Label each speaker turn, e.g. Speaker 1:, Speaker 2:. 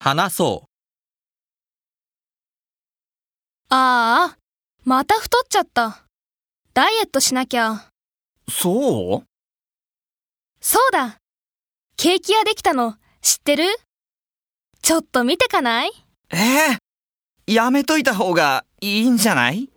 Speaker 1: 話そ
Speaker 2: ああ、また太っちゃった。ダイエットしなきゃ。
Speaker 1: う。そう
Speaker 2: そうだ。ケーキ屋できたの知ってるちょっと見てかない
Speaker 1: ええやめといた方がいいんじゃない